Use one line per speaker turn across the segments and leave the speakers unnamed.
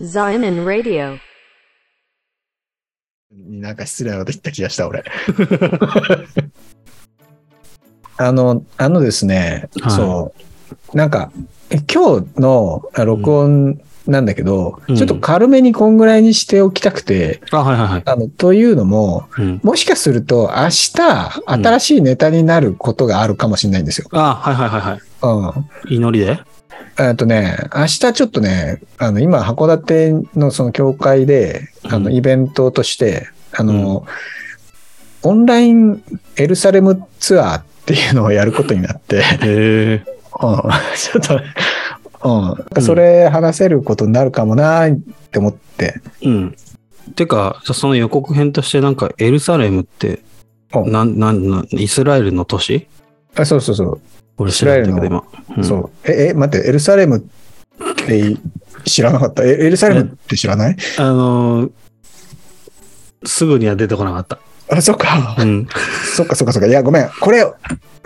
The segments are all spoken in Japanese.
Zion Radio.
なんか失礼なこと言った気がした、 俺。あの、あのですね、
はい
そう、なんか、え今日のあ録音なんだけど、
うん
ちょっと軽めにこんぐらいにしておきたくて、
あ、はいはいはい。
あの、というのも、
うん、
もしかすると明日、
うん
新しいネタになることがあるかもしれないんですよ。
あ、はいはいはいは
うん。
い。祈りで
えっとね、明日ちょっとね、あの、今、函館のその教会で、あ
う
の、
ん
イベントとして、あの、オンラインエルサレムツアーっていうのをやることになって、
へ
う
え。
ん、ちょっと、うん、なんかそれ話せることになるかもなーって思って、
うん。てか、その予告編としてなんかエルサレムって、
うん
なん、なん、なんイスラエルの都市
あそうそうそう、
俺知らないんだけど今。うん
そう。え、え、待って、エルサレムって知らなかった。えエルサレムって知らない
あのーすぐには出てこなかった。
あ、そっか。
うん。
そっかそっかそっか。いや、ごめん。これ、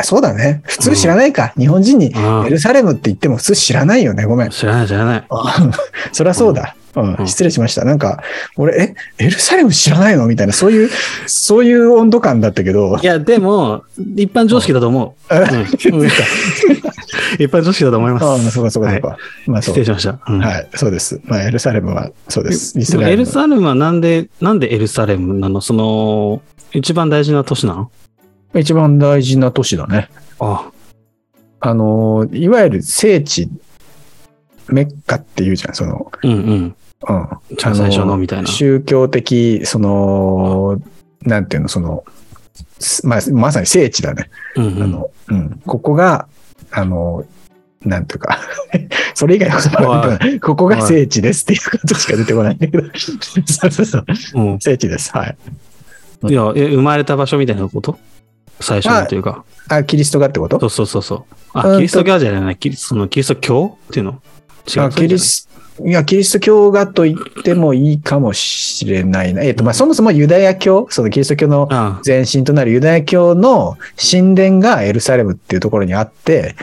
そうだね。普通知らないか。日本人に
あ
エルサレムって言っても普通知らないよね。 ごめん。
知らない知らない。
あそりゃそうだ。うん
うん
失礼しました。なんか、俺、え、エルサレム知らないのみたいな、そういう、そういう温度感だったけど
い、や、でも、一般常識だと思う。うん うん一般常識だと思いま
ああ、
す。
そうかそうかそうか。まあそ
失
う
礼。しました。うん
はい、そうです。まあ、エルサレムは、そうです。イス
でも
ラエ
エ
ル
ル
の。
サレムはなんで、なんでエルサレムなのその、一番大事な都市なの
一番大事な都市だね。
あ
あの、いわゆる聖地、メッカっていうじゃん、その、
うんうん。
うん。
じゃあ最初のみたいな。
宗教的、その、なんていうの、その、すまあ、まさに聖地だね。
うん
あ
うん
の、うん。ここが、あの、なんていうか、 それ以外の言葉が出てこないここが聖地ですっていうことしか出てこないんだけど、 そうそうそう、
うん
聖地です。はい。
いや、え生まれた場所みたいなこと最初のというか。
あ、キリストがってこと
そうそうそうそう。
うん
あ、
と
キリスト教じゃない。キリそのキリスト教っていうの違う。
あキリスいや、キリスト教がと言ってもいいかもしれないな。えっ、と、まあ、そもそもユダヤ教、そのキリスト教の
あ
前身となるユダヤ教の神殿がエルサレムっていうところにあって、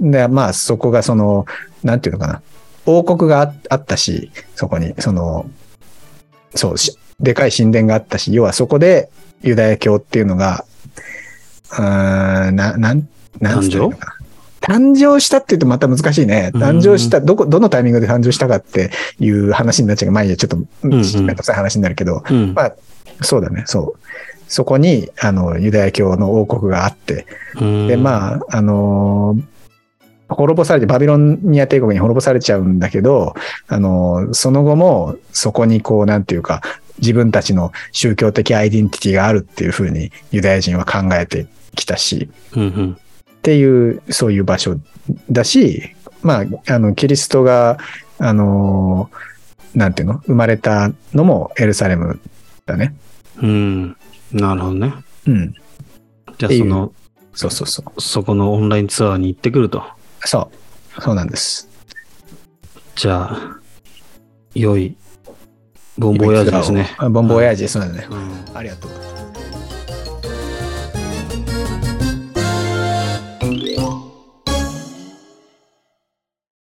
うん。
で、まあそこがその、なんていうのかな、王国がああったし、そこに、その、そうし、でかい神殿があったし、要はそこでユダヤ教っていうのが、うーん、な、なん、なんつったらいいのかな誕生したって言うとまた難しいね。
うん
誕生した、どこ、どのタイミングで誕生したかっていう話になっちゃう。まあいいや、ちょっと、うん
うん
ん、めんどくさい話になるけど、
うん
まあ、そうだね、そう。そこに、あの、ユダヤ教の王国があって、
うん
で、まあ、あのー滅ぼされて、バビロニア帝国に滅ぼされちゃうんだけど、あのーその後も、そこにこう、なんていうか、自分たちの宗教的アイデンティティがあるっていうふうにユダヤ人は考えてきたし、
うんうん
っていう、そういう場所だし、まあ、あの、キリストが、あのーなんていうの生まれたのもエルサレムだね。
うん。なるほどね。
うん。
じゃ
っ
あ、
ていう
その、
そうそうそう。
そこのオンラインツアーに行ってくると。
そう。そうなんです。
じゃあ、良い、ボンボヤージュですね。
あボンボヤージュ、そうだね。
うん
ありがとう。